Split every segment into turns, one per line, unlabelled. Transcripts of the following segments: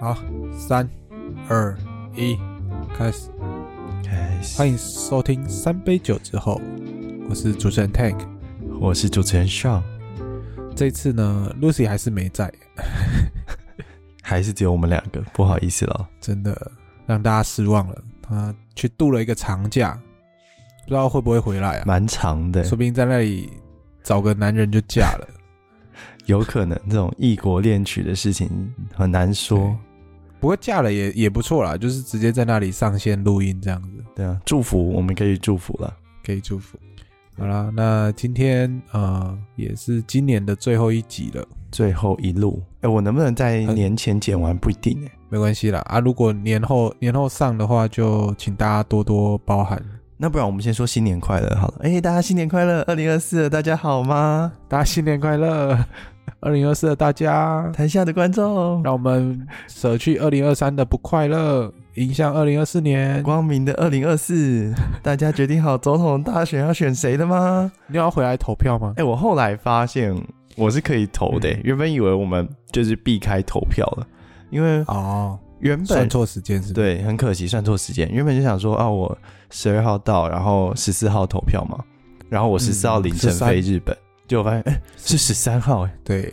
好，三、二、一，开始！
开始
欢迎收听《三杯酒之后》，我是主持人 Tank。
我是主持人 Sean，
这一次呢，Lucy 还是没在，
还是只有我们两个，不好意思了。
真的让大家失望了。她去度了一个长假，不知道会不会回来啊？
蛮长的，
说不定在那里找个男人就嫁了。
有可能这种异国恋曲的事情很难 说。
不过嫁了也也不错啦，就是直接在那里上线录音这样子，
对啊，祝福我们可以祝福了。
可以祝福。好啦，那今天呃也是今年的最后一集了。
最后一路，哎、我能不能在
嗯
年前剪完不一定哎、
没关系啦啊！如果年后年后上的话，就请大家多多包涵。
那不然我们先说新年快乐好了。哎、大家新年快乐，二零二四，大家好吗？
大家新年快乐！ 二零二四的大家，
台下的观众，
让我们舍去二零二三的不快乐，迎向二零二四年。
光明的二零二四，大家决定好总统大选要选谁了吗？
你要回来投票吗
哎、？我后来发现我是可以投的、
嗯
原本以为我们就是避开投票了，因为
哦，
原
算
本
错时间是吧？
对很可惜算错时间，原本就想说啊，我十二号到，然后十四号投票嘛，然后我十四号
嗯
凌晨
13
飞日本，结果发现哎、是十三号哎、
对，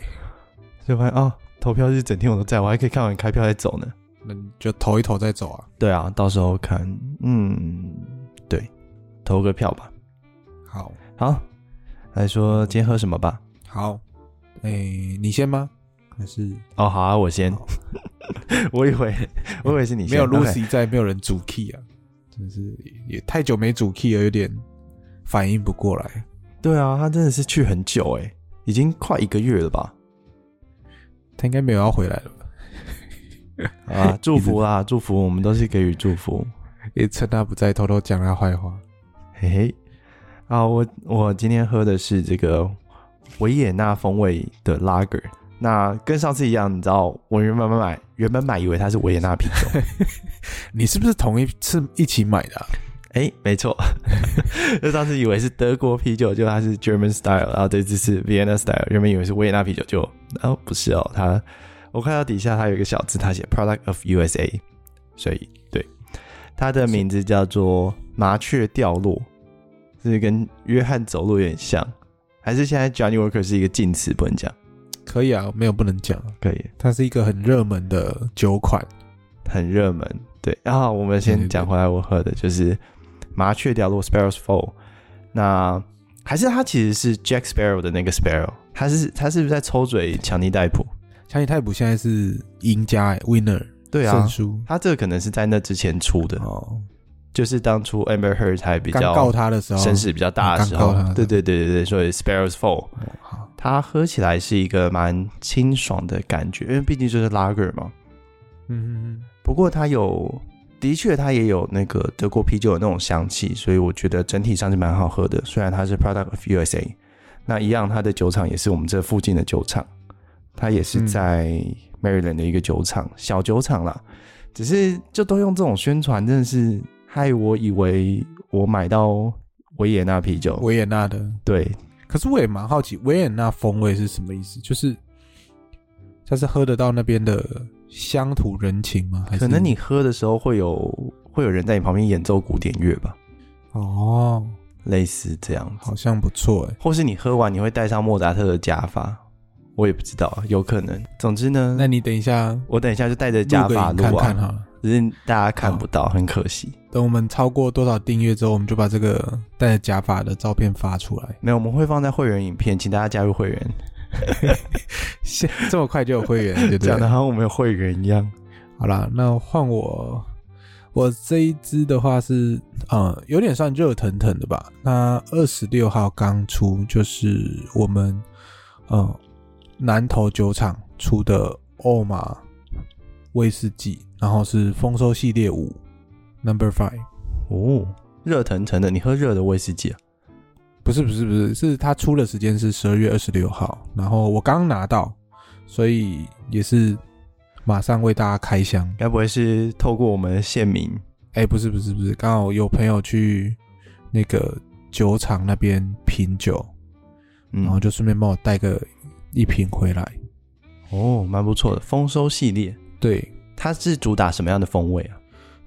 就发现哦投票日整天我都在，我还可以看完开票再走呢。
那你就投一投再走啊。
对啊，到时候看，嗯，对，投个票吧。
好，
好，来说今天喝什么吧。
好，哎、你先吗？还是
哦，好啊，我先
好。
我以为我以为是你
没
先
有
OK
Lucy 在，没有人主 key 啊？真是也太久没主 key 了，有点反应不过来。
对啊，他真的是去很久哎、已经快一个月了吧？
他应该没有要回来了吧？
啊，祝福啦，祝福，我们都是给予祝福。
也趁他不在，偷偷讲他坏话。
嘿嘿，啊，我我今天喝的是这个维也纳风味的拉格，那跟上次一样，你知道，我原本买原本买以为它是维也纳品种，
你是不是同一次一起买的啊、
哎、没错， 就上次以为是德国啤酒，就它是 German style，然后这次是 Vienna style，原本以为是维也纳啤酒，就哦不是哦，它我看到底下它有一个小字，它写 Product of USA，所以对，它的名字叫做麻雀掉落，是跟约翰走路有点像，还是现在 Johnny Walker 是一个禁词，不能讲，
可以啊，没有不能讲啊。
可以，
它是一个很热门的酒款，
很热门，对，然、后我们
对对
先
对
讲回来，我喝的就是麻雀掉落 Sparrows Fall，那还是它其实是 Jack Sparrow 的那个 Sparrow，它是它是不是在抽嘴强尼戴普？
相信泰普现在是赢家、欸、，winner，
对
胜
啊，
出
它这个可能是在那之前出的，
哦。
就是当初 Amber Heard 还比
刚告
较
他的时候，
声势比较大的时
刚
候
告他，
对对对对对，所以 Sparrows Fall
哦好
它喝起来是一个蛮清爽的感觉，因为毕竟就是 Lager 嘛，
嗯嗯
不过它有，的确它也有那个德国啤酒的那种香气，所以我觉得整体上是蛮好喝的。虽然它是 Product of USA，那一样它的酒厂也是我们这附近的酒厂，它也是在
嗯
Maryland 的一个酒厂，小酒厂啦。只是就都用这种宣传，真的是害我以为我买到维也纳啤
嗯，
酒。
维也纳的。
对，
可是我也蛮好奇，维也纳风味是什么意思？就是它是喝得到那边的乡土人情吗？还是
可能你喝的时候会有会有人在你旁边演奏古典乐吧，
哦，
类似这样子。
好像不错哎、
或是你喝完你会戴上莫扎特的假发，我也不知道，有可能。总之呢，
那你等一下
我等一下就戴着假
录个
发
影
录
看看
啊，
哈。
只是大家看不到，很可惜。
等我们超过多少订阅之后，我们就把这个戴着假发的照片发出来。
没有，我们会放在会员影片，请大家加入会员，
现 这么快就有会员，对 不
讲的
对？
好像我们有会员一样。
好啦，那换我，我这一支的话是，呃，有点算热腾腾的吧。那二十六号刚出，就是我们，呃，南投酒厂出的欧玛威士忌，然后是丰收系列五，Number Five。
哦，热腾腾的，你喝热的威士忌啊？
不是不是不是，是他出的时间是十二月二十六号，然后我刚拿到，所以也是马上为大家开箱。
该不会是透过我们的县民？
哎、不是不是不是，刚好有朋友去那个酒厂那边品酒，
嗯，
然后就顺便帮我带个一瓶回来。
哦，蛮不错的，丰收系列。
对，
它是主打什么样的风味啊？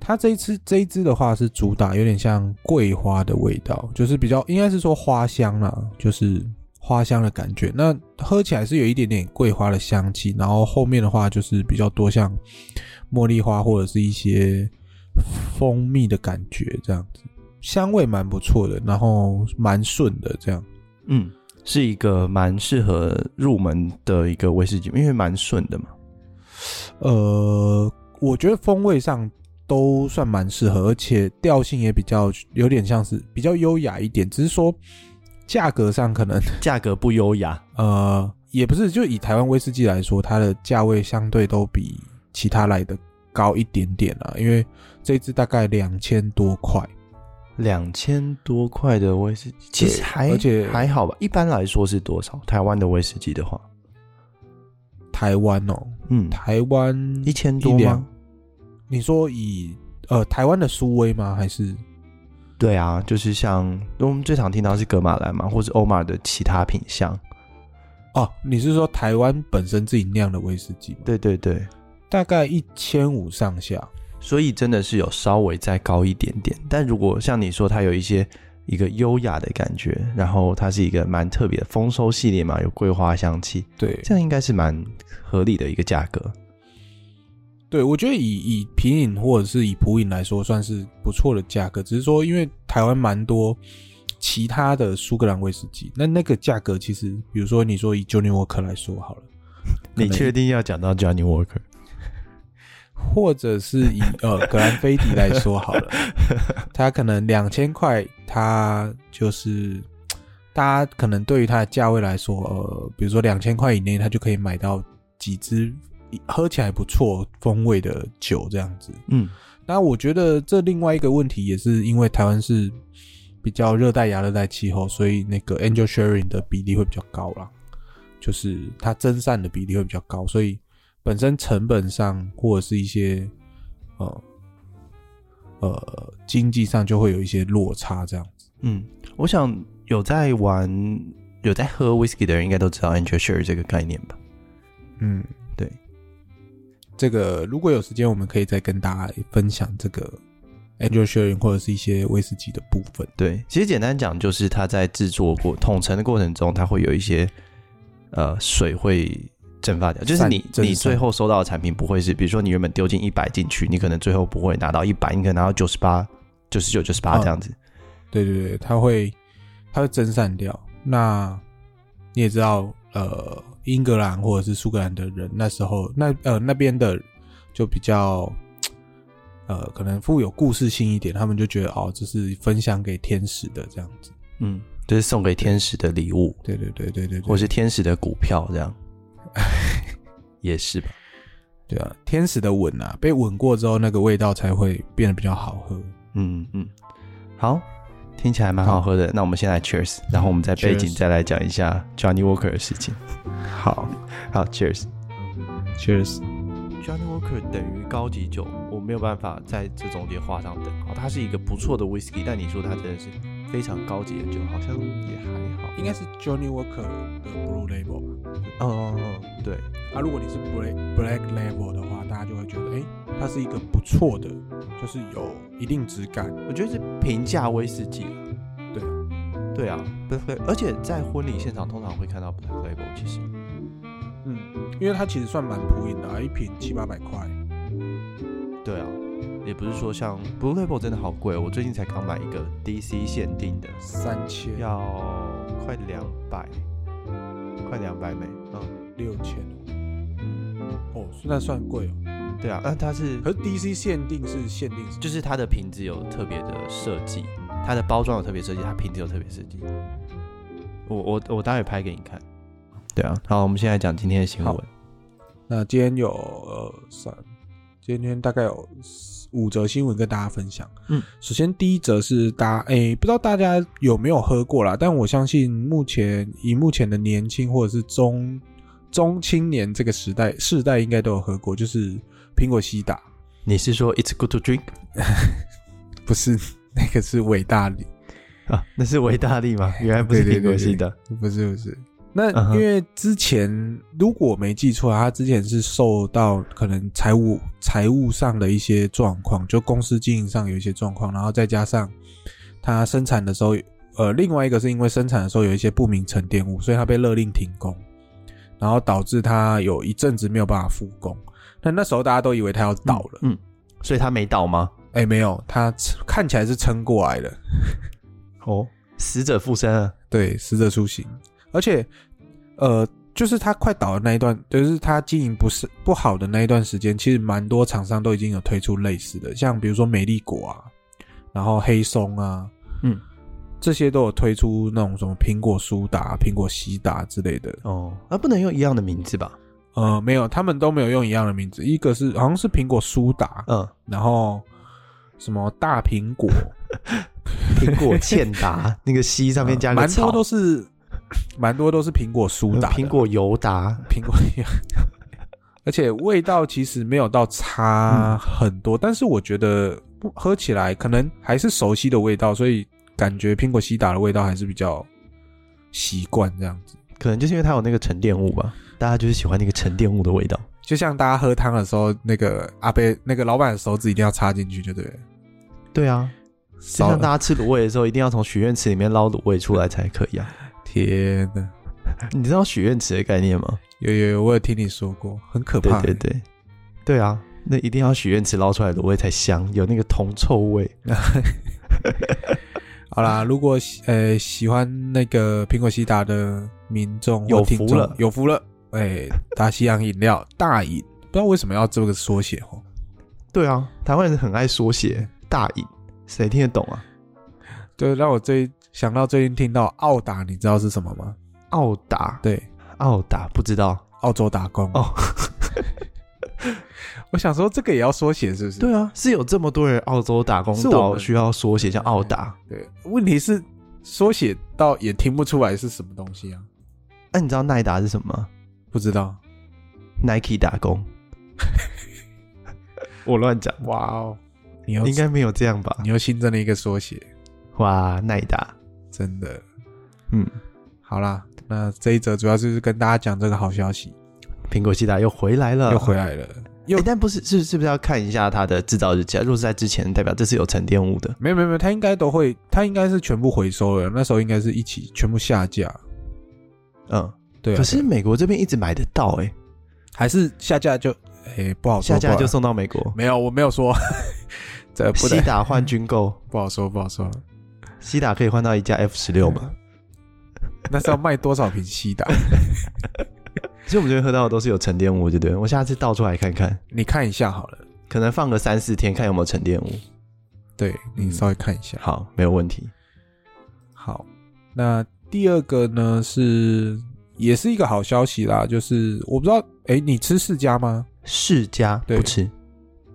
它这一支这一支的话是主打有点像桂花的味道，就是比较应该是说花香啦，就是花香的感觉。那喝起来是有一点点桂花的香气，然后后面的话就是比较多像茉莉花或者是一些蜂蜜的感觉这样子，香味蛮不错的，然后蛮顺的这样。
嗯，是一个蛮适合入门的一个威士忌，因为蛮顺的嘛。
呃，我觉得风味上都算蛮适合，而且调性也比较有点像是比较优雅一点，只是说价格上可能
价格不优雅，
呃也不是，就以台湾威士忌来说，它的价位相对都比其他来的高一点点啊，因为这支大概两千多块，
两千多块的威士忌，其实还
而且
还好吧。一般来说是多少？台湾的威士忌的话，
台湾哦，
嗯，
台湾
一千多
一
吗
两？你说以呃台湾的苏威吗？还是
对啊，就是像我们最常听到是格马兰嘛，或是欧马的其他品相。
哦，你是说台湾本身自己酿的威士忌吗？
对对对，
大概一千五上下。
所以真的是有稍微再高一点点。但如果像你说，它有一些一个优雅的感觉，然后它是一个蛮特别的丰收系列嘛，有桂花香气，
对，
这样应该是蛮合理的一个价格。
对我觉得以以品饮或者是以普饮来说，算是不错的价格。只是说，因为台湾蛮多其他的苏格兰威士忌，那那个价格其实，比如说你说以 Johnny Walker 来说好了，
你
可能
确定要讲到 Johnny Walker？
或者是以呃格兰菲迪来说好 了，它可能两千块，它就是大家可能对于它的价位来说，呃，比如说两千块以内，它就可以买到几支喝起来不错风味的酒这样子。
嗯，
那我觉得这另外一个问题也是因为台湾是比较热带亚热带气候，所以那个 Angel Sharing 的比例会比较高啦，就是它蒸散的比例会比较高，所以本身成本上或者是一些呃呃经济上就会有一些落差这样子。
嗯，我想有在玩、有在喝 whisky 的人，应该都知道 angel share 这个概念吧？
嗯，
对。
这个如果有时间，我们可以再跟大家分享这个 Angel Sharing 或者是一些威士忌的部分。
对，其实简单讲，就是它在制作过统成的过程中，它会有一些呃水会蒸发掉，就是
散
你
蒸
你
散
最后收到的产品不会是，比如说你原本丢进一百进去，你可能最后不会拿到一百，你可能拿到九十八、九十九、九十八
嗯
这样子。
对对对，它会它会蒸散掉。那你也知道，呃，英格兰或者是苏格兰的人那时候那呃那边的就比较呃可能富有故事性一点，他们就觉得哦这是分享给天使的这样子。
嗯，就是送给天使的礼物，
对对对对对对，
或是天使的股票这样， 也是吧？
对啊，天使的吻啊，被吻过之后那个味道才会变得比较好喝。
嗯，嗯，好，听起来蛮好喝的。那我们先来 Cheers，然后我们在背景
Cheers
再来讲一下 Johnny Walker 的事情。
好
好，Cheers。
，Cheers。
Johnny Walker 等于高级酒，我没有办法在这中间画上等号。它是一个不错的 whisky，但你说它真的是非常高级的酒，好像也还好。
应该是 Johnny Walker 的 Blue Label 吧？
哦，对，
啊，如果你是 Black Black Label 的话，大家就会觉得，哎、它是一个不错的，就是有一定质感。
我觉得是平价威士忌啦。
对
对啊，Black Label，而且在婚礼现场通常会看到 Black Label，其实
嗯，因为它其实算蛮普饮的、啊，一瓶七八百块。
对啊，也不是说像 Blue Label 真的好贵哦，我最近才刚买一个 DC 限定的，
三千
要快两百，快两百美，嗯，
六千哦，那算贵哦。
对啊，那它是
可是 DC 限定是限定是
就是它的瓶子有特别的设计，它的包装有特别设计，它瓶子有特别设计。我我我待会拍给你看。对啊，好，我们现在讲今天的新闻
好。那今天有呃三，今天大概有五则新闻跟大家分享。
嗯，
首先第一则是大家诶、不知道大家有没有喝过啦，但我相信目前以目前的年轻或者是中中青年这个时代世代应该都有喝过，就是苹果西打，
你是说 It's good to drink
不是 那个是伟大力，
啊？那是维大利吗？原来不是
对对
苹
对
果系的。
不是不是，那
嗯哼
因为之前如果我没记错啊，他之前是受到可能财务财务上的一些状况，就公司经营上有一些状况，然后再加上他生产的时候，呃，另外一个是因为生产的时候有一些不明沉淀物，所以他被勒令停工，然后导致他有一阵子没有办法复工。那那时候大家都以为他要倒了，
嗯，所以他没倒吗？
哎、没有，他撑看起来是撑过来的。
哦，死者附身啊，
对，死者苏醒，而且呃，就是他快倒的那一段，就是他经营不是不好的那一段时间，其实蛮多厂商都已经有推出类似的，像比如说美丽果啊，然后黑松啊，
嗯，
这些都有推出那种什么苹果苏打、苹果西打之类的。
哦，那、不能用一样的名 字吧？
呃，没有，他们都没有用一样的名字，一个是好像是苹果苏打，
嗯，
然后什么大苹果，
苹果欠 达那个西上面加个
蛮多
草，嗯
都是蛮多都是苹果苏打的，
苹果油达，
苹果一样， 而且味道其实没有到差很多，但是我觉得不喝起来可能还是熟悉的味道，所以感觉苹果西打的味道还是比较习惯这样子。
可能就是因为它有那个沉淀物吧，大家就是喜欢那个沉淀物的味道。
就像大家喝汤的时候，那个阿贝 那个老板的手指一定要插进去，就对了。
对啊，就
少
像大家吃卤味的时候，一定要从许愿池里面捞卤味出来才可 以啊。
天呐，
你知道许愿池的概念吗？
有有有，我有听你说过，很可
对
怕。
对对，对啊，那一定要许愿池捞出来的卤味才香，有那个铜臭味。
好啦，如果喜呃喜欢那个苹果西达的民众或
有
听
福
众
了
有福了，哎、大西洋饮料大饮，不知道为什么要这个缩写哦。
对啊，台湾人很爱缩写大饮，谁听得懂啊？
对，让我最想到最近听到澳打，你知道是什么吗？
澳打，
对，
澳打不知道。
澳洲打工
哦。
我想说这个也要缩写是不是？
对啊，是有这么多人澳洲打工
是我
到
们
需要缩写叫澳打。
对，问题是缩写到也听不出来是什么东西啊？
那、你知道耐打是什么吗
不知道。
？Nike 打工。我乱讲，
哇哦，你又
应该没有这样吧？
你又新增了一个缩写，
哇，耐打，
真的。
嗯，
好啦，那这一则主要就是跟大家讲这个好消息，
苹果西打又回来了，
又回来了。又
诶但不是是是不是要看一下它的制造日期啊？如果是在之前，代表这是有沉淀物的。
没有没有没有，他应该都会，他应该是全部回收了，那时候应该是一起全部下架。
嗯，
对啊、
可是
对啊
美国这边一直买得到、诶，
还是下架就，哎、不好说。
下架
不好
就送到美国。
没有，我没有说，这 不
西
能
打换军 购，
不好说，不好说。
西打可以换到一架 F 十六
嗯
嘛？
那是要卖多少瓶啊西打？
其实我们这边喝到的都是有沉淀物，对不对？我下次倒出来看看，
你看一下好了，
可能放个三四天，看有没有沉淀物。
对你
嗯
稍微看一下。
好，没有问题。
好，那第二个呢是也是一个好消息啦，就是我不知道，哎、你吃世家吗？
世家
对
不吃，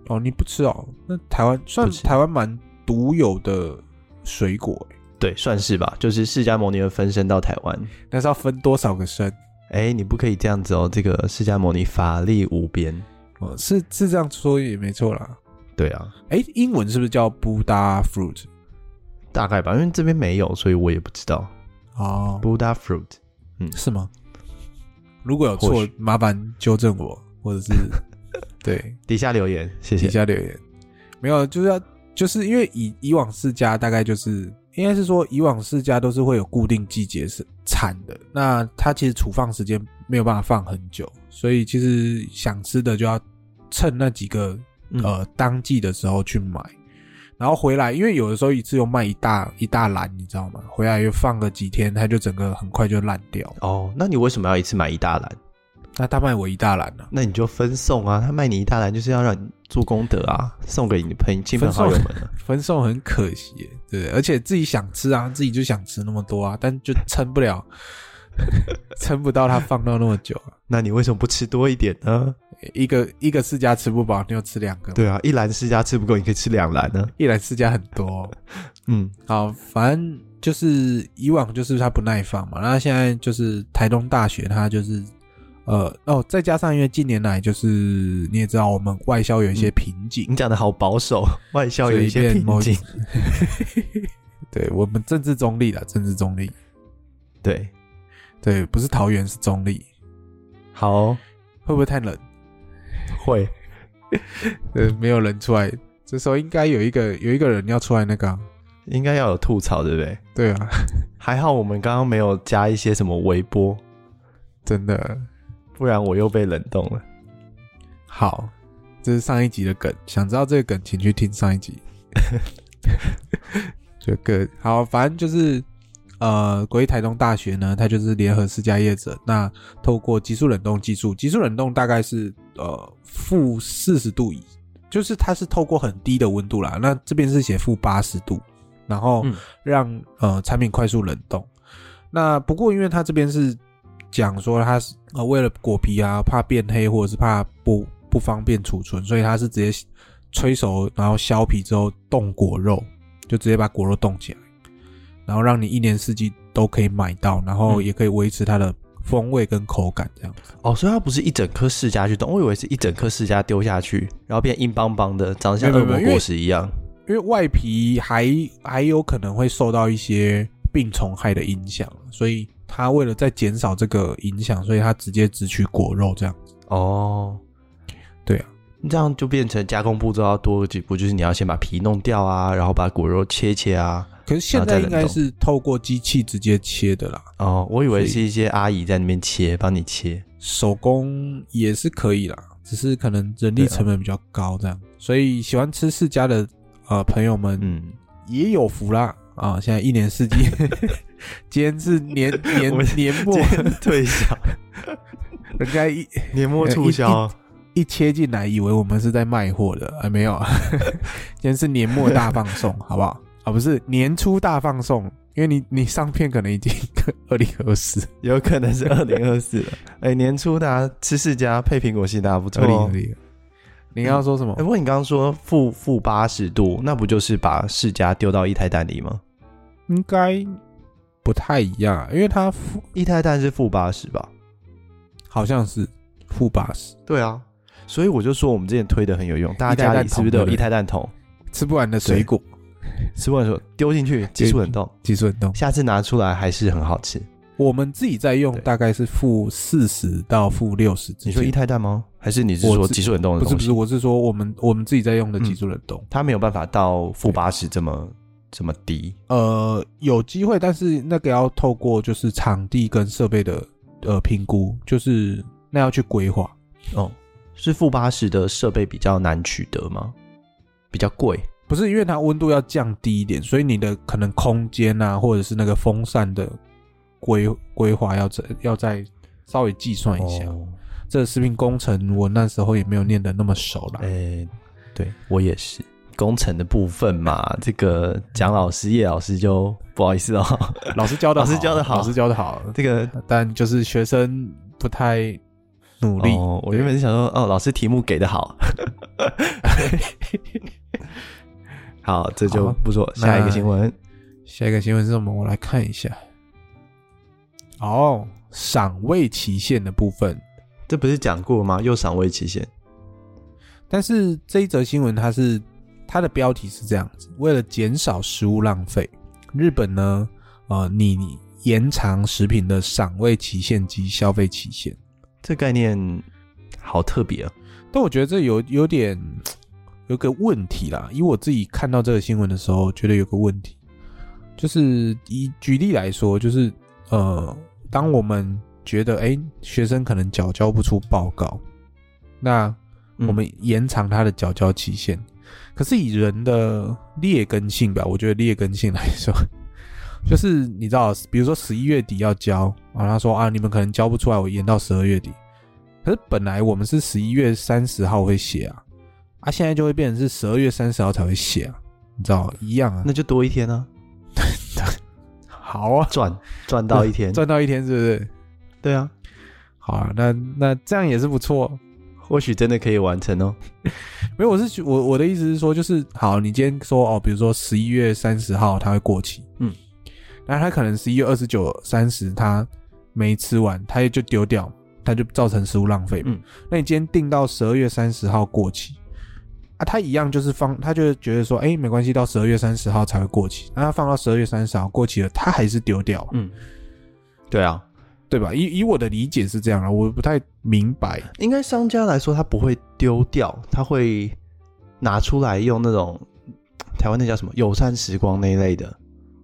哦，你不吃哦？那台湾算
不吃
台湾蛮独有的水果、欸，
对，算是吧，就是释迦牟尼的分身到台湾。
但是要分多少个身？
哎，你不可以这样子哦，这个释迦牟尼法力无边。
哦，是是这样说也没错啦。
对啊，
哎、英文是不是叫 Buddha fruit？
大概吧，因为这边没有，所以我也不知道。
哦，
Buddha fruit，
是吗？如果有
或
错
许，
麻烦纠正我，或 者是对
底下留言，谢
底
谢。
下留言。没有，就是要就是因为以以往世家大概就是应该是说以往世家都是会有固定季节是产的，那它其实储放时间没有办法放很久，所以其实想吃的就要趁那几个
嗯
呃当季的时候去买，然后回来，因为有的时候一次又卖一大一大篮，你知道吗？回来又放个几天，它就整个很快就烂掉。
哦，那你为什么要一次买一大篮？
那他卖我一大篮啊呢、
那你就分送啊，他卖你一大篮就是要让你做功德啊，送给你的朋亲朋
分送
好友们啊。
分送很可惜耶，对不对，而且自己想吃啊，自己就想吃那么多啊，但就撑不了， 撑不到它放到那么久啊。
那你为什么不吃多一点呢？
一个一个世家吃不饱，你有吃两个吗，
对啊，一篮释迦吃不够，你可以吃两篮呢、
一来世家很多哦、
嗯，
好，反正就是以往就是它不耐放嘛，那现在就是台东大学它就是。呃哦，再加上因为近年来就是你也知道，我们外销有一些瓶颈，
你讲的好保守，外销有一些
随便某
瓶颈。
对我们政治中立啦，政治中立。
对，
对，不是桃园是中立，
好哦，
会不会太冷？
会
呃，没有人出来，这时候应该有一个有一个人要出来那个啊、
应该要有吐槽，对不对？
对啊，
还好我们刚刚没有加一些什么微波，
真的
不然我又被冷冻了。
好，这是上一集的梗，想知道这个梗，请去听上一集。这个好，反正就是呃，国立台东大学呢，它就是联合四家业者，那透过急速冷冻技术，急速冷冻大概是呃负四十度以，就是它是透过很低的温度啦，那这边是写负八十度，然后
嗯
让、呃产品快速冷冻。那不过因为它这边是讲说它是呃为了果皮啊，怕变黑或者是怕不不方便储存，所以它是直接催熟，然后削皮之后冻果肉，就直接把果肉冻起来，然后让你一年四季都可以买到，然后
嗯
也可以维持它的风味跟口感这样子。
哦，所以它不是一整颗释迦去冻，我以为是一整颗释迦丢下去，然后变硬邦邦的，长得像
没有
恶
没有
魔
因为
果实一样。
因为外皮还还有可能会受到一些病虫害的影响，所以它为了再减少这个影响，所以它直接只取果肉这样。
哦，
对啊，
这样就变成加工步骤要多几步，就是你要先把皮弄掉啊，然后把果肉切一切啊。
可是现
然后再
在
冷
应该
冻
是透过机器直接切的啦，
哦，我以为
所
是一些阿姨在那边切，帮你切。
手工也是可以啦，只是可能人力
对啊
成本比较高这样。所以喜欢吃世家的呃朋友们
嗯，
也有福啦啊！现在一年 四季，今天是年年
我们
年 末，
退销，
人家一
年末
促
促
销
销。
一切进来，以为我们是在卖货的，啊，没有啊， 今天是年末大放送，好不好？啊，不是年初大放送，因为你你上片可能已经 二零二四，
有可能是二零二四了。 哎、年初大家吃世家配苹果西大不错
二零
哦
二。零。你要说什么
哎、？不过你刚刚说负负八十度，那不就是把世家丢到一胎蛋里吗？
应该不太一样，啊，因为它负
一胎蛋是负八十吧？
好像是负八十，
对啊，所以我就说我们之前推的很有用，大家家里是不是都有一胎蛋桶？
吃不完的水果，
吃完的时候丢进去，急速冷冻，
技术很动。
下次拿出来还是很好吃。
我们自己在用，
对
大概是负四十到负六十之
你说一
间。
胎蛋吗？还是你是
我
说
自
急速冷冻的
不
东
是
西？嗯
不是，我是说我们我们自己在用的技术冷冻。
它没有办法到负八十这么这么低。
呃，有机会，但是那个要透过就是场地跟设备的呃评估，就是那要去规划。
哦，是负八十的设备比较难取得吗？比较贵
不是因为它温度要降低一点，所以你的可能空间啊，或者是那个风扇的规规划要再要再稍微计算一下。
哦
这食品工程我那时候也没有念得那么熟啦。
哎、对我也是工程的部分嘛，这个蒋老师、叶老师就不好意思哦。
老师教的
老师教得好
老师教的好，
这个
但就是学生不太努力。
哦，我原本是想说，哦，老师题目给的好。 好，这就
好
不说下一个新闻。
下一个新闻是什么？我来看一下。哦，赏味期限的部分，
这不是讲过吗？又赏味期限
但是这一则新闻它是它的标题是这样子：为了减少食物浪费，日本呢，呃，拟延长食品的赏味期限及消费期限。
这概念好特别啊！
但我觉得这有有点有个问题啦。以我自己看到这个新闻的时候，觉得有个问题，就是以举例来说，就是呃，当我们觉得哎、诶学生可能缴交不出报告，那
嗯
我们延长他的缴交期限。可是以人的劣根性吧，我觉得劣根性来说， 就是你知道，比如说十一月底要交，然后他说啊，你们可能交不出来，我延到十二月底。可是本来我们是十一月三十号会写啊，啊，现在就会变成是十二月三十号才会写啊，你知道，一样啊。
那就多一天啊，
好啊，
赚 赚到一天。
赚到一天是不是？
对啊，
好啊，那那这样也是不错。
或许真的可以完成哦。
没有，我是觉我我的意思是说，就是好，你今天说哦，比如说十一月三十号它会过期，
嗯，
那它可能十一月二十九、三十它没吃完，它也就丢掉，它就造成食物浪费嘛。
嗯
那你今天定到十二月三十号过期，啊，它一样就是放，它就会觉得说，哎，没关系，到十二月三十号
嗯
才会过期，那它放到十二月三十号过期了，它还是丢掉，
嗯，对啊，
对吧？以以我的理解是这样啊，我不太明白。
应该商家来说，他不会丢掉，他会拿出来用那种台湾那叫什么友善时光那一类的，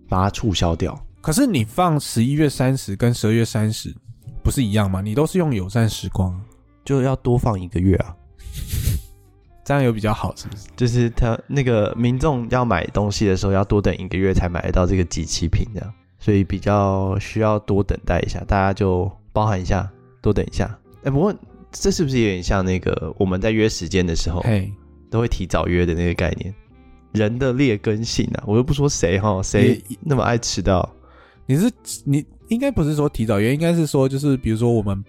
把它促销掉。
可是你放十一月三十跟十二月三十不是一样吗？你都是用友善时光，
就要多放一个月啊。
这样有比较好，是不是？
就是他那个民众要买东西的时候，要多等一个月才买得到这个集齐品，这样，所以比较需要多等待一下，大家就包含一下，多等一下。哎、不过这是不是有点像那个我们在约时间的时候
嘿，
都会提早约的那个概念？人的劣根性啊，我又不说谁哈，谁那么爱迟到，
你是你应该不是说提早约，应该是说就是比如说我们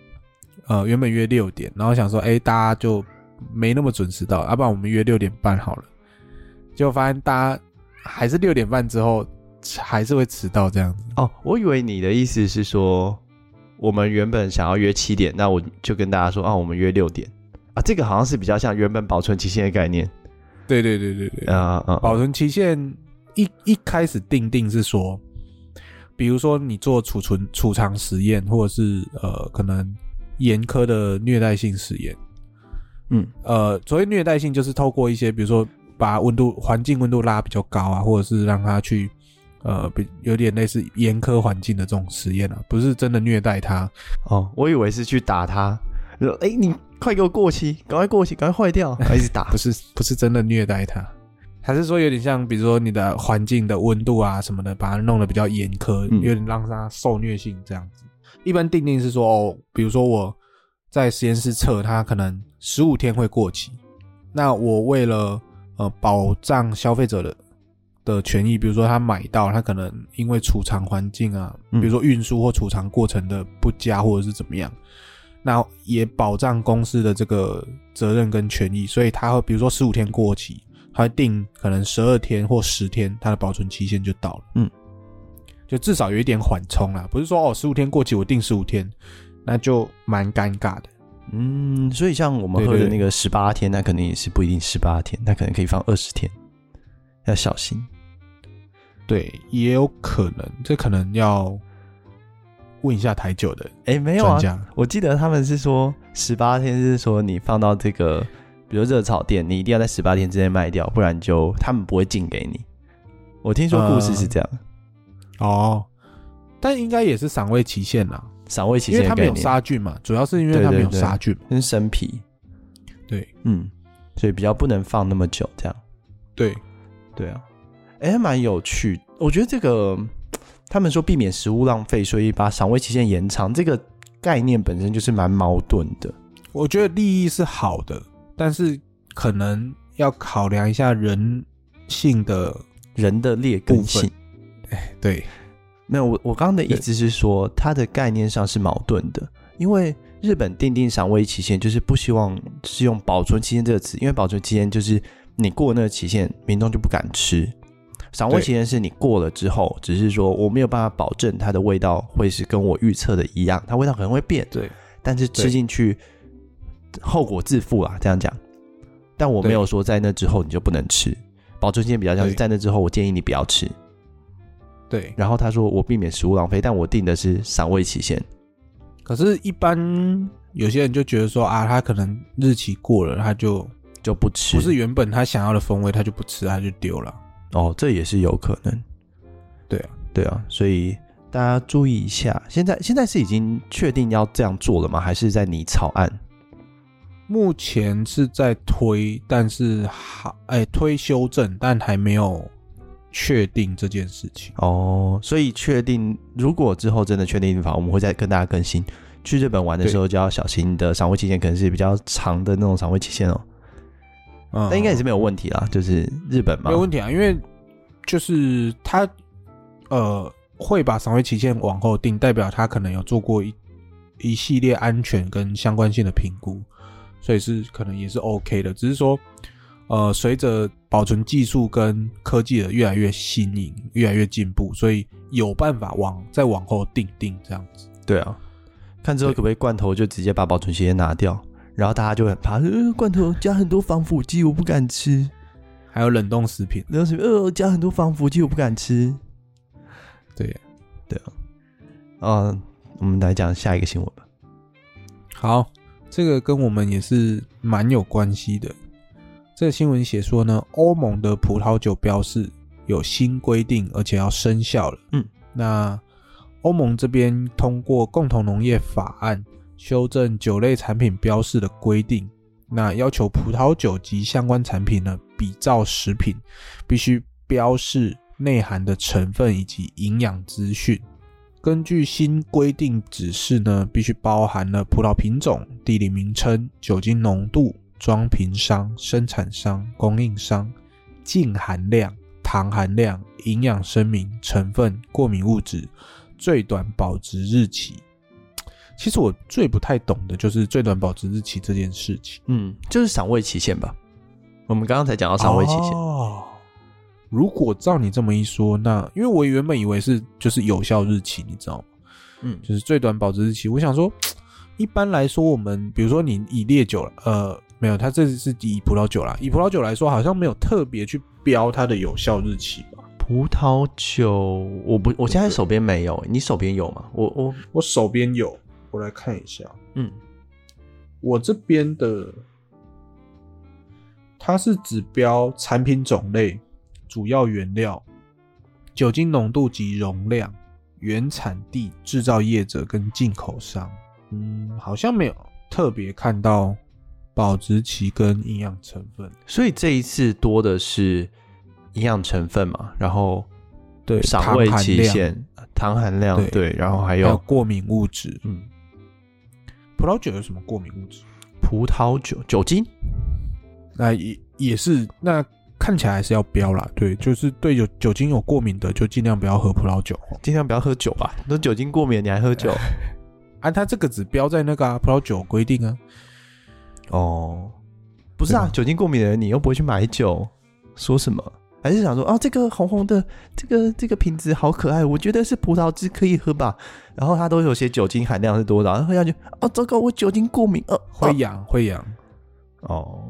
呃原本约六点，然后想说哎、大家就没那么准时到，要、啊不然我们约六点半好了，结果发现大家还是六点半之后还是会迟到这样子。
哦，我以为你的意思是说，我们原本想要约七点，那我就跟大家说啊，我们约六点啊，这个好像是比较像原本保存期限的概念
对对对对对，
啊啊，啊
保存期限一一开始定定是说，比如说你做储存储藏实验，或者是呃可能严苛的虐待性实验。
嗯，
呃，所谓虐待性就是透过一些，比如说把温度环境温度拉比较高啊，或者是让它去呃，比有点类似严苛环境的这种实验啊，不是真的虐待它。
哦，我以为是去打他，说哎、你快给我过期，赶快过期，赶快坏 掉，然后一直打
不是不是真的虐待它，还是说有点像，比如说你的环境的温度啊什么的，把它弄得比较严苛，
嗯
有点让它受虐性这样子。一般定定是说，哦，比如说我在实验室测它可能十五天会过期，那我为了呃保障消费者的的权益，比如说他买到他可能因为储藏环境啊，
嗯
比如说运输或储藏过程的不佳或者是怎么样，那也保障公司的这个责任跟权益，所以他会比如说十五天过期，他会定可能十二天或十天，它的保存期限就到了。
嗯，
就至少有一点缓冲啦，不是说哦十五天过期我定十五天，那就蛮尴尬的。
嗯，所以像我们
对
喝
对
的
对
那个十八天，那可能也是不一定十八天，那可能可以放二十天，要小心。
对，也有可能，这可能要问一下台酒的
哎、没有啊
专，家。
我记得他们是说十八天是说你放到这个，比如热炒店，你一定要在十八天之内卖掉，不然就他们不会进给你。我听说故事是这样，
呃哦，但应该也是赏味期限啦，
赏味期
因为
限
它
的
没
概
有
念，
杀嗯菌嘛，主要是因为它
对对
没有
对
杀菌嘛。
跟生皮，
对
嗯，所以比较不能放那么久，这样。
对
对啊，哎、蛮有趣。我觉得这个他们说避免食物浪费，所以把赏味期限延长，这个概念本身就是蛮矛盾的。
我觉得利益是好的，但是可能要考量一下人性的
人的劣根性
部，对
没有，我我刚刚的意思是说，它的概念上是矛盾的，因为日本定定赏味期限就是不希望是用保存期限这个词，因为保存期限就是你过那个期限，民众就不敢吃。赏味
对
期限是你过了之后，只是说我没有办法保证它的味道会是跟我预测的一样，它味道可能会变，
对
但是吃进去后果自负啦，这样讲。但我没有说在那之后你就不能吃，保存期限比较像是
对
在那之后，我建议你不要吃。
对。
然后他说我避免食物浪费，但我定的是赏味期限。
可是，一般有些人就觉得说啊，他可能日期过了，他就
就不吃，
不是原本他想要的风味，他就不吃，他就丢了。
哦，这也是有可能。
对啊，
对啊，所以大家注意一下。现在现在是已经确定要这样做了吗？还是在拟草案？
目前是在推，但是还哎、推修正，但还没有确定这件事情。
哦，所以确定，如果之后真的确定立法，我们会再跟大家更新。去日本玩的时候就要小心，你的赏味期限可能是比较长的那种赏味期限哦。
啊嗯，
那应该也是没有问题啦，就是日本嘛
没。有问题啊，因为就是他呃会把赏味期限往后定，代表他可能有做过一一系列安全跟相关性的评估，所以是可能也是 OK 的，只是说呃随着保存技术跟科技的越来越新颖、越来越进步，所以有办法往再往后定定这样子。
对啊，看之后可不可以罐头就直接把保存期限拿掉，然后大家就很怕，呃，罐头加很多防腐剂，我不敢吃。
还有冷冻食品，
然后什么呃加很多防腐剂，我不敢吃。
对，
对啊，嗯、我们来讲下一个新闻吧。
好，这个跟我们也是蛮有关系的。这个新闻写说呢，欧盟的葡萄酒标示有新规定，而且要生效了。
嗯，
那欧盟这边通过共同农业法案修正酒类产品标示的规定，那要求葡萄酒及相关产品呢，比照食品必须标示内含的成分以及营养资讯。根据新规定指示呢，必须包含了葡萄品种、地理名称、酒精浓度、装瓶商、生产商、供应商、净含量、糖含量、营养声明、成分、过敏物质、最短保值日期。其实我最不太懂的就是最短保值日期这件事情。
嗯，就是赏味期限吧。我们刚刚才讲到赏味期限，
哦。如果照你这么一说，那因为我原本以为是就是有效日期，你知道吗？
嗯，
就是最短保值日期。我想说，一般来说，我们比如说你以烈酒，呃，没有，它这是以葡萄酒啦，以葡萄酒来说，好像没有特别去标它的有效日期吧。
葡萄酒，我不，我现在手边没有，你手边有吗？我我
我手边有，我来看一下，
嗯，
我这边的，它是指标产品种类、主要原料、酒精浓度及容量、原产地、制造业者跟进口商。嗯，好像没有特别看到保质期跟营养成分。
所以这一次多的是营养成分嘛，然后
对，
赏味
糖含
期
量
限、糖含量，
对
对，然后还
还
有
有过敏物质。
嗯，
葡萄酒有什么过敏物质？
葡萄酒酒精，
那也也是，那看起来还是要标啦。对，就是对酒酒精有过敏的，就尽量不要喝葡萄酒。哦
尽量不要喝酒吧，都酒精过敏你还 喝酒？
按啊它这个指标在那个、啊、葡萄酒规定啊，
哦，不是啊
对，啊
酒精过敏的人你又不会去买酒，说什么？还是想说啊，这个红红的，这个这个瓶子好可爱，我觉得是葡萄汁可以喝吧。然后它都有写酒精含量是多少，然后喝下去，啊，糟糕，我酒精过敏，呃、啊，
会痒、会痒，
哦，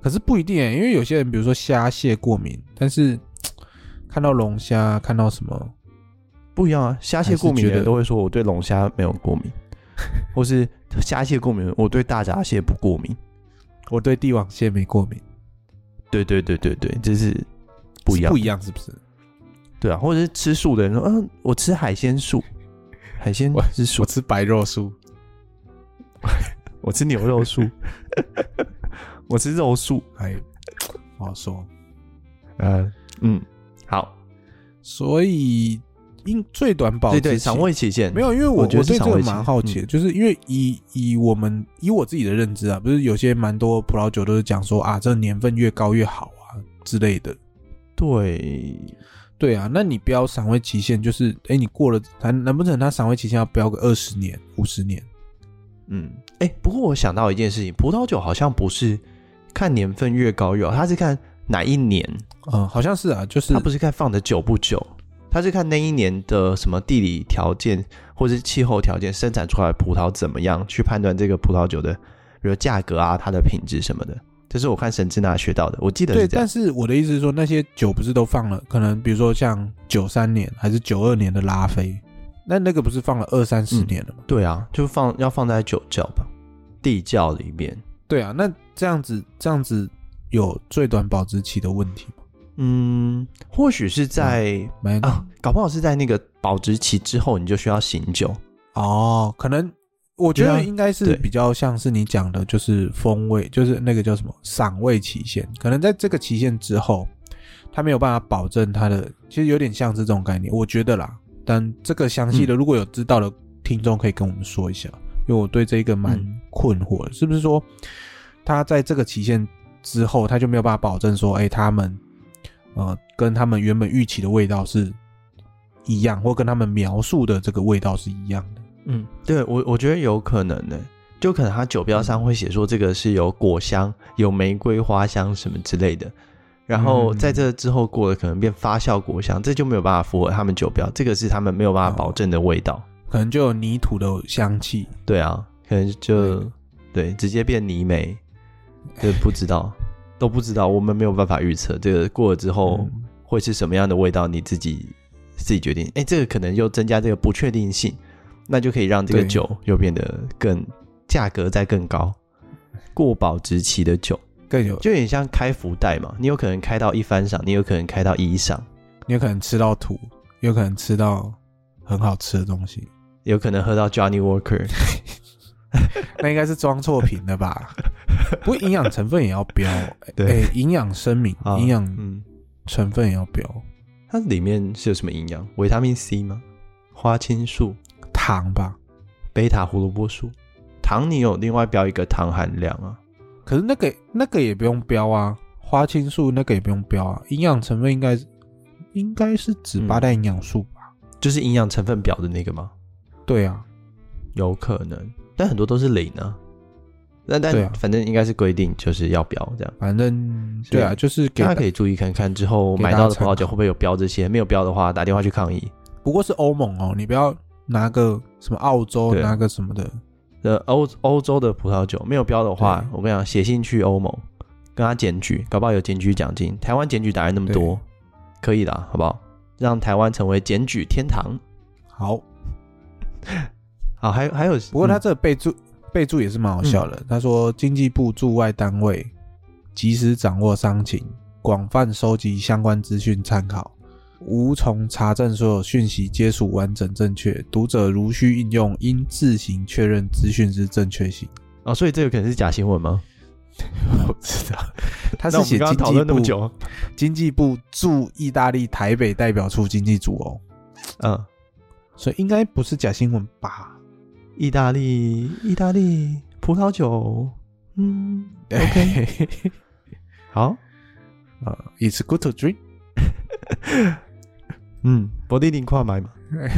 可是不一定、欸，因为有些人比如说虾蟹过敏，但是看到龙虾、看到什么，
不一样啊。虾蟹过敏
还是
的
觉
人
得
都会说我对龙虾没有 过敏，或是虾蟹过敏，我对大闸蟹不过敏。
我对帝王蟹没过敏，
对对对对对，这是不一样
是
的
不一样是不是？
对啊，或者是吃素的人说，嗯、我吃海鲜素，海鲜之素
我，吃白肉素，
我吃牛肉素， 我吃肉素。
哎，不好说。啊
呃，嗯，好，
所以因最短保
对
质
对，
期
赏味期限
没有，因为我
我觉得是
对这
赏
个
味期嗯
蛮好奇的，就是因为以以我们以我自己的认知啊，不是有些蛮多葡萄酒都是讲说啊，这年份越高越好啊之类的。
对，
对啊，那你标赏味期限就是，哎、你过了，难难不成它赏味期限要标个二十年、五十年？
嗯，哎、不过我想到一件事情，葡萄酒好像不是看年份越高越好，它是看哪一年，
嗯，好像是啊，就是
哦它不是看放的久不久，它是看那一年的什么地理条件或是气候条件生产出来的葡萄怎么样，去判断这个葡萄酒的，比如价格啊，它的品质什么的。这是我看神之那学到的，我记得
对，
是这
但
样。
是我的意思是说，那些酒不是都放了，可能比如说像九三年还是九二年的拉菲，那那个不是放了二三十
嗯
年了吗？
对啊，就放要放在酒窖吧，地窖里面。
对啊，那这样子这样子有最短保质期的问题吗？
嗯，或许是在、
没、
啊，搞不好是在那个保质期之后，你就需要醒酒。
哦，可能我觉
对啊
得应该是
对
比较像是你讲的，就是风味，就是那个叫什么赏味期限，可能在这个期限之后，他没有办法保证他的，其实有点像是这种概念，我觉得啦。但这个详细的，
嗯
如果有知道的听众可以跟我们说一下，因为我对这个蛮
嗯
困惑的，是不是说他在这个期限之后，他就没有办法保证说，哎、他们呃跟他们原本预期的味道是一样，或跟他们描述的这个味道是一样的。
嗯，对我我觉得有可能呢、就可能它酒标上会写说这个是有果香、有玫瑰花香什么之类的，然后
嗯
在这之后过了可能变发酵果香，这就没有办法符合他们酒标，这个是他们没有办法保证的味道。
可能就有泥土的香气。
对啊，可能就对直接变泥煤，这不知道都不知道，我们没有办法预测这个过了之后
嗯
会是什么样的味道，你自己自己决定。哎，这个可能又增加这个不确定性，那就可以让这个
对
酒又变得更价格再更高，过保质期的酒，
更有，
就有点像开福袋嘛，你有可能开到一番赏，你有可能开到一赏，
你有可能吃到土，有可能吃到很好吃的东西，
有可能喝到 Johnny Walker，
那应该是装错瓶了吧？不过营养成分也要标，哎
对
哎营养声明
啊，
营养
嗯，
成分也要标，
它里面是有什么营养？维他命 C 吗？花青素、
糖吧。
贝塔胡萝卜素，糖你有另外标一个糖含量啊，
可是那个那个也不用标啊，花青素那个也不用标啊，营养成分应该应该是指
嗯
八大营养素吧？
就是营养成分表的那个吗？
对啊，
有可能，但很多都是零啊。那但、
对啊
反正应该是规定就是要标这样，
反正
所
对
以
啊，就是给
大家
大
可以注意看看之后
给大
买
家
到的葡萄
参
酒
考
会不会有标这些，没有标的话打电话去抗议。
不过是欧盟哦，你不要拿个什么澳洲
对啊
拿个什么的，
呃，欧欧洲的葡萄酒没有标的话
对，
我跟你讲，写信去欧盟跟他检举，搞不好有检举奖金。台湾检举达人那么多，可以的，好不好？让台湾成为检举天堂。
好，
好，还有还有，
不过他
嗯
这个备注、备注也是蛮好笑的。他说，经济部驻外单位及时掌握商情，广泛收集相关资讯参考，无从查证所有讯息皆属完整正确。读者如需应用，应自行确认资讯之正确性。
哦，所以这有可能是假新闻吗？
我 知道，他
他
是写
刚
经
刚讨
济
论那么
部
久，
经济部驻意大利台北代表处经济组哦，
嗯，
所以应该不是假新闻吧？
意大利，意大利葡萄酒，嗯，OK，好，
啊、i t s good to drink。
嗯，伯利林跨买嘛。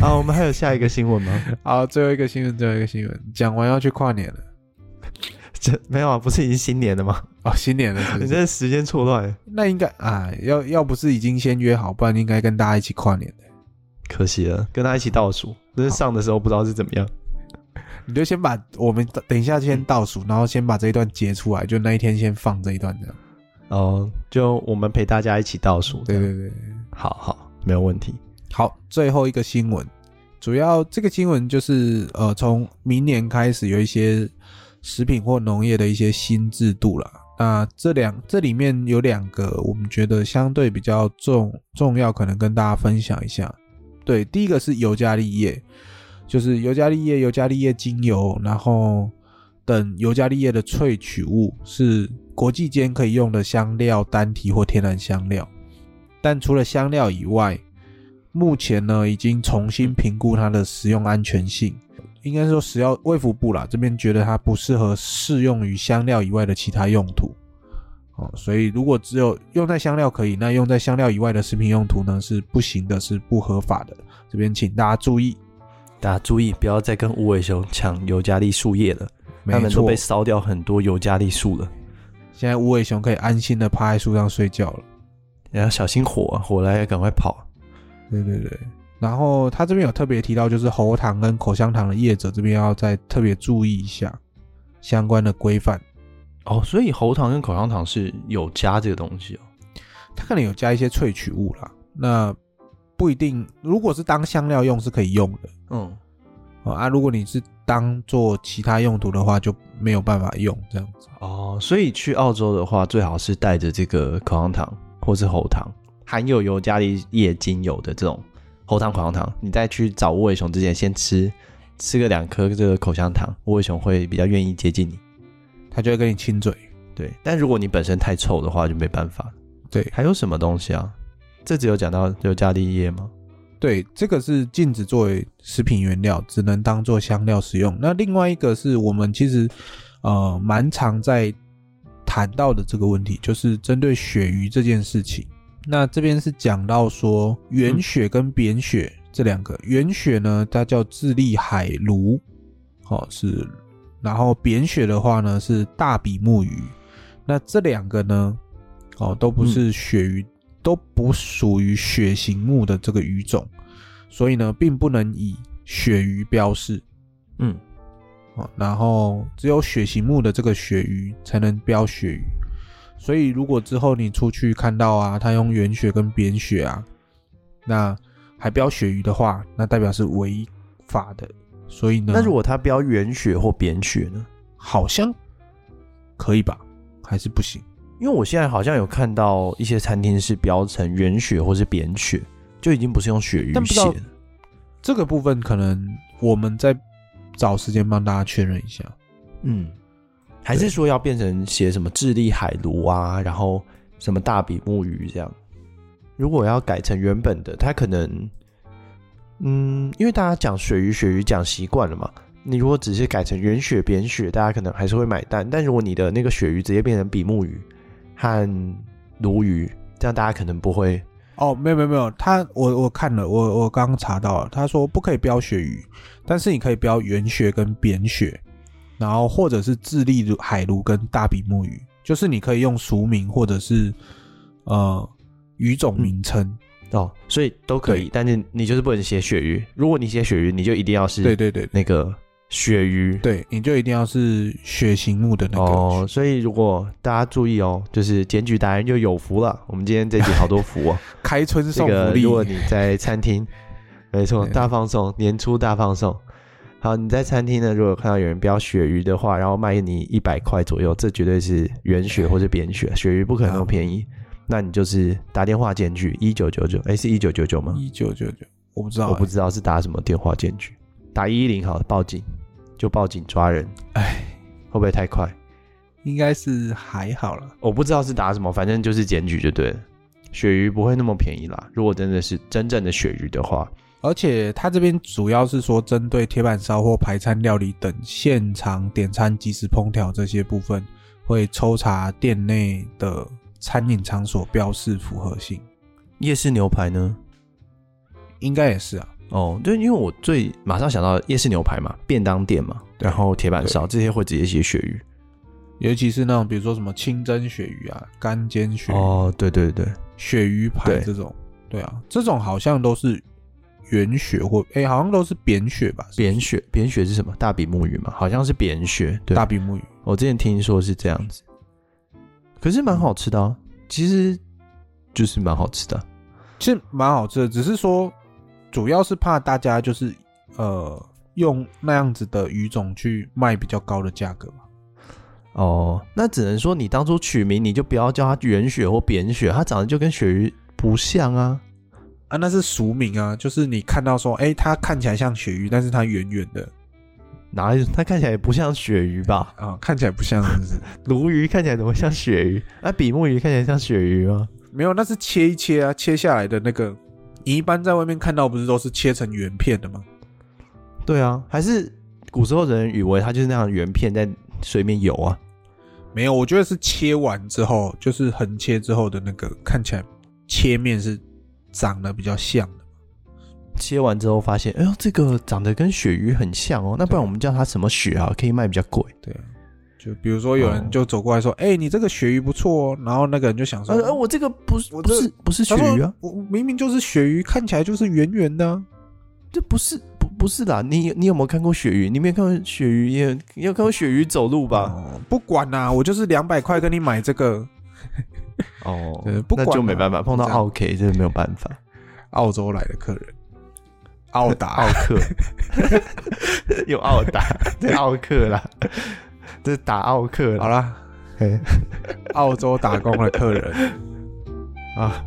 啊，我们还有下一个新闻吗？
好，最后一个新闻，最后一个新闻，讲完要去跨年了。
这没有啊，不是已经新年了吗？
哦，新年了是不
你
是？
这时间错乱，
那应该啊，要要不是已经先约好，不然应该跟大家一起跨年的。
可惜了，跟他一起倒数，但是上的时候不知道是怎么样。
你就先把我们等一下先倒数，然后先把这一段截出来，就那一天先放这一段这样。
哦，就我们陪大家一起倒数。
对，对对，
好好，没有问题。
好，最后一个新闻，主要这个新闻就是呃，从明年开始有一些食品或农业的一些新制度啦。那这两这里面有两个，我们觉得相对比较重重要，可能跟大家分享一下。对，第一个是尤加利叶，就是尤加利叶、尤加利叶精油，然后等尤加利叶的萃取物是国际间可以用的香料单体或天然香料。但除了香料以外，目前呢已经重新评估它的食用安全性，应该说食药卫福部啦这边觉得它不适合适用于香料以外的其他用途。哦，所以如果只有用在香料可以，那用在香料以外的食品用途呢是不行的，是不合法的。这边请大家注意，
大家注意，不要再跟无尾熊抢尤加利树叶了，
没
他们都
错
被，烧掉很多尤加利树了。
现在无尾熊可以安心的趴在树上睡觉了。
你要小心火、啊，火来要赶快跑。
对对对。然后他这边有特别提到，就是喉糖跟口香糖的业者这边要再特别注意一下相关的规范。
哦，所以喉糖跟口香糖是有加这个东西哦。
它可能有加一些萃取物啦，那不一定。如果是当香料用是可以用的
嗯，
哦啊，如果你是当做其他用途的话，就没有办法用这样子。
哦，所以去澳洲的话，最好是带着这个口香糖或是喉糖，含有尤加利叶精油的这种喉糖、口香糖。你在去找无尾熊之前，先吃吃个两颗这个口香糖，无尾熊会比较愿意接近你。
它就会跟你亲嘴。
对，但如果你本身太臭的话，就没办法。
对
还有什么东西啊？这只有讲到尤加利叶吗？
对，这个是禁止作为食品原料，只能当做香料使用。那另外一个是我们其实呃蛮常在谈到的这个问题，就是针对鳕鱼这件事情。那这边是讲到说圆鳕跟扁鳕这两个，圆鳕呢它叫智利海鲈，哦是，然后扁鳕的话呢是大比目鱼。那这两个呢，哦都不
嗯
是鳕鱼都不属于血形目的这个鱼种，所以呢，并不能以鳕鱼标示
嗯，
啊。哦然后只有血形目的这个鳕鱼才能标鳕鱼。所以如果之后你出去看到啊，他用圆鳕跟扁鳕啊，那还标鳕鱼的话，那代表是违法的所以呢，
那如果它标原血或扁血呢？
好像可以吧，还是不行？
因为我现在好像有看到一些餐厅是标成原血或是扁血，就已经不是用鳕鱼
但不知
血
道
了。
这个部分可能我们再找时间帮大家确认一下。
嗯，还是说要变成写什么智利海鲈啊，然后什么大比目鱼这样？如果要改成原本的，它可能，嗯，因为大家讲鳕鱼、鳕鱼讲习惯了嘛。你如果只是改成原血、扁血，大家可能还是会买单。但如果你的那个鳕鱼直接变成比目鱼和鲈鱼，这样大家可能不会。
哦，没有没有没有，他我我看了，我我刚查到了，他说不可以标鳕鱼，但是你可以标圆鳕跟扁鳕，然后或者是智利鲈海鲈跟大比目鱼，就是你可以用俗名或者是呃鱼种名称。
哦，所以都可以，但是你就是不能写鳕鱼。如果你写鳕鱼，你就一定要
对
是
对对对
那个鳕鱼。
对，你就一定要是血形目的那个。
哦，所以如果大家注意哦，就是检举达人就有福了。我们今天这集好多福哦，
开春
这
送福
个
利，
如果你在 餐厅，没错，
对
大放送，年初大放送。好，你在餐厅呢，如果看到有人标鳕鱼的话，然后卖你一百块左右，这绝对是原鳕或者扁鳕，鳕鱼不可能那么便宜。
啊
那你就是打电话检举一九九九，哎，是一九九九吗？
一九九九，我不知道、
我不知道是打什么电话检举，打一一零好了，报警就报警抓人，
哎，
会不会太快？
应该是还好啦。
我不知道是打什么，反正就是检举就对了。鳕鱼不会那么便宜啦，如果真的是真正的鳕鱼的话，
而且它这边主要是说针对铁板烧或排餐料理等现场点餐即时烹调这些部分，会抽查店内的餐饮场所标示符合性，
夜市牛排呢？
应该也是啊。
哦，对，因为我最马上想到夜市牛排嘛，便当店嘛，
对
然后铁板烧这些会直接写鳕鱼。
尤其是那种比如说什么清蒸鳕鱼啊、干煎鳕鱼、
哦，对对对，
鳕、鱼排
对
这种，对啊，这种好像都是圆鳕或哎、好像都是扁鳕吧？是不是
扁鳕，扁鳕是什么？大比目鱼嘛，好像是扁鳕。对，
大比目鱼，
我之前听说是这样子，可是蛮好吃的、啊，其实就是蛮好吃的啊。
其实蛮好吃的，只是说主要是怕大家就是呃用那样子的鱼种去卖比较高的价格嘛。
哦，那只能说你当初取名你就不要叫它圆血或扁血，它长得就跟鳕鱼不像啊。
啊，那是俗名啊，就是你看到说，哎、它看起来像鳕鱼，但是它圆圆的
哪有？它看起来也不像鳕鱼吧？
啊、看起来不像，是不 是？
鲈鱼看起来怎么像鳕鱼？那、比目鱼看起来像鳕鱼吗？
没有，那是切一切啊，切下来的那个，你一般在外面看到不是都是切成圆片的吗？
对啊，还是古时候人以为它就是那样圆片在水里面游啊。
没有，我觉得是切完之后，就是横切之后的那个看起来切面是长得比较像的。
切完之后发现，哎呦，这个长得跟鳕鱼很像哦。那
啊
不然我们叫它什么鳕啊？可以卖比较贵。
对啊，就比如说有人
哦
就走过来说：“哎、你这个鳕鱼不错哦。”然后那个人就想说：“
呃，呃我这个不是
我
不
这
是不是
他
鳕鱼啊
说，我明明就是鳕鱼，看起来就是圆圆的啊、
这不是不不是啦，你你有没有看过鳕鱼？你没有看过鳕鱼，也你有看过鳕鱼走路吧？
哦不管啦、我就是两百块跟你买这个
哦
对不
那
管
就
啦
没办法，碰到
这样
奥 K 真的没有办法，
澳洲来的客人，澳达
奥克 有奥 打，对奥克啦，这打奥克
好
啦。
啦，
嘿
澳洲打工的客人。
啊，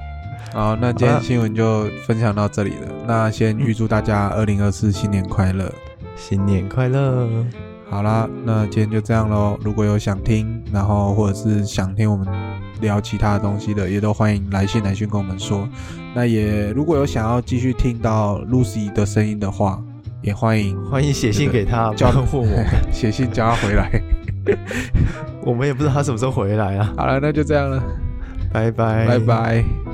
好，那今天
好啦
新闻就分享到这里了。那先预祝大家二零二四新年快乐。
新年快乐！
好啦，那今天就这样喽。如果有想听，然后或者是想听我们聊其他的东西的，也都欢迎来信来讯跟我们说。那也如果有想要继续听到 Lucy 的声音的话，也欢迎
欢迎写信给他，
叫
叫问我们，
写信叫她回来。
我们也不知道他什么时候回来啊。
好了，那就这样了，
拜拜，
拜拜